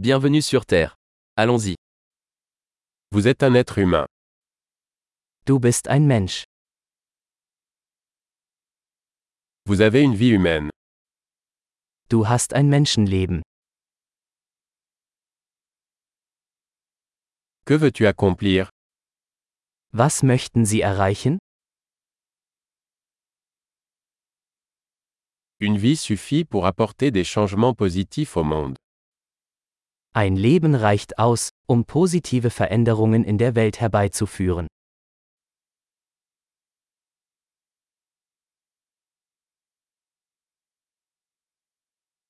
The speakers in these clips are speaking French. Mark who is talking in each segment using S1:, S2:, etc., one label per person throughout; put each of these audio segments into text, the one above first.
S1: Bienvenue sur Terre. Allons-y.
S2: Vous êtes un être humain.
S3: Du bist ein Mensch.
S2: Vous avez une vie humaine.
S3: Du hast ein Menschenleben.
S2: Que veux-tu accomplir
S3: Was möchten Sie erreichen?
S2: Une vie suffit pour apporter des changements positifs au monde.
S3: Ein Leben reicht aus, um positive Veränderungen in der Welt herbeizuführen.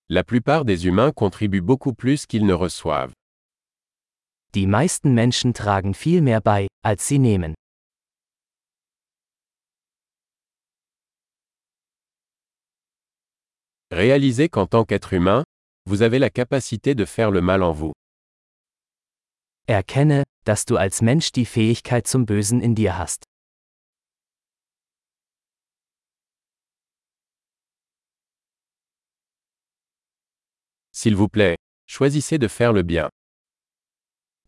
S2: La plupart des humains contribuent beaucoup plus qu'ils ne reçoivent.
S3: Die meisten Menschen tragen viel mehr bei, als sie nehmen.
S2: Réalisez qu'en tant qu'être humain, vous avez la capacité de faire le mal en vous.
S3: Erkenne, dass du als Mensch die Fähigkeit zum Bösen in dir hast.
S2: S'il vous plaît, choisissez de faire le bien.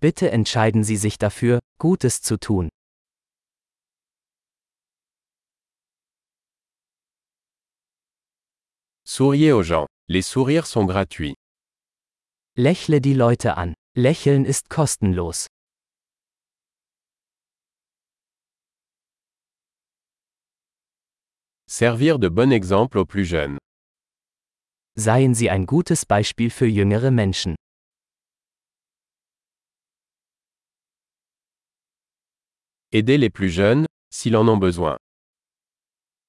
S3: Bitte entscheiden Sie sich dafür, Gutes zu tun.
S2: Souriez aux gens. Les sourires sont gratuits.
S3: Lächle die Leute an. Lächeln ist kostenlos.
S2: Servir de bon exemple aux plus jeunes.
S3: Seien Sie ein gutes Beispiel für jüngere Menschen.
S2: Aidez les plus jeunes, s'ils en ont besoin.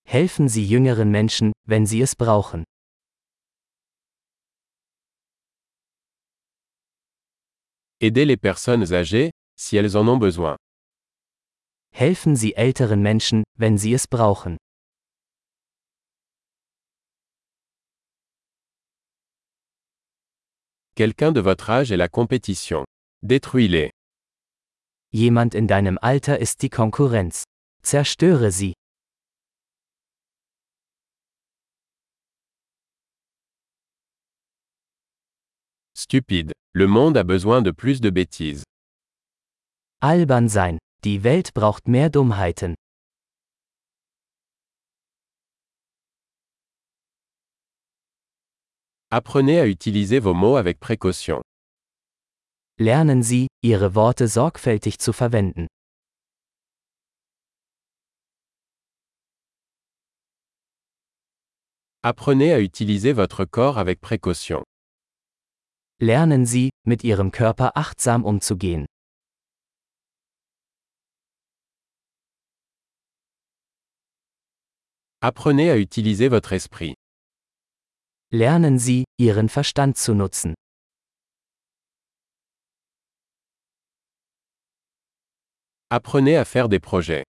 S3: Helfen Sie jüngeren Menschen, wenn sie es brauchen.
S2: Aidez les personnes âgées, si elles en ont besoin.
S3: Helfen Sie älteren Menschen, wenn sie es brauchen.
S2: Quelqu'un de votre âge est la compétition. Détruis-les.
S3: Jemand in deinem Alter ist die Konkurrenz. Zerstöre sie.
S2: Stupide. Le monde a besoin de plus de bêtises.
S3: Albern sein. Die Welt braucht mehr Dummheiten.
S2: Apprenez à utiliser vos mots avec précaution.
S3: Lernen Sie, Ihre Worte sorgfältig zu verwenden.
S2: Apprenez à utiliser votre corps avec précaution.
S3: Lernen Sie, mit Ihrem Körper achtsam umzugehen.
S2: Apprenez à utiliser votre esprit.
S3: Lernen Sie, Ihren Verstand zu nutzen.
S2: Apprenez à faire des projets.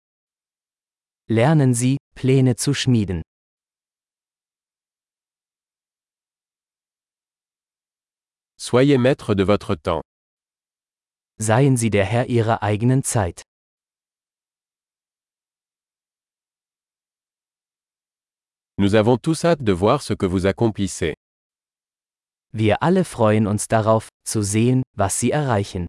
S3: Lernen Sie, Pläne zu schmieden.
S2: Soyez maître de votre temps.
S3: Seien Sie der Herr Ihrer eigenen Zeit.
S2: Nous avons tous hâte de voir ce que vous accomplissez.
S3: Wir alle freuen uns darauf, zu sehen, was Sie erreichen.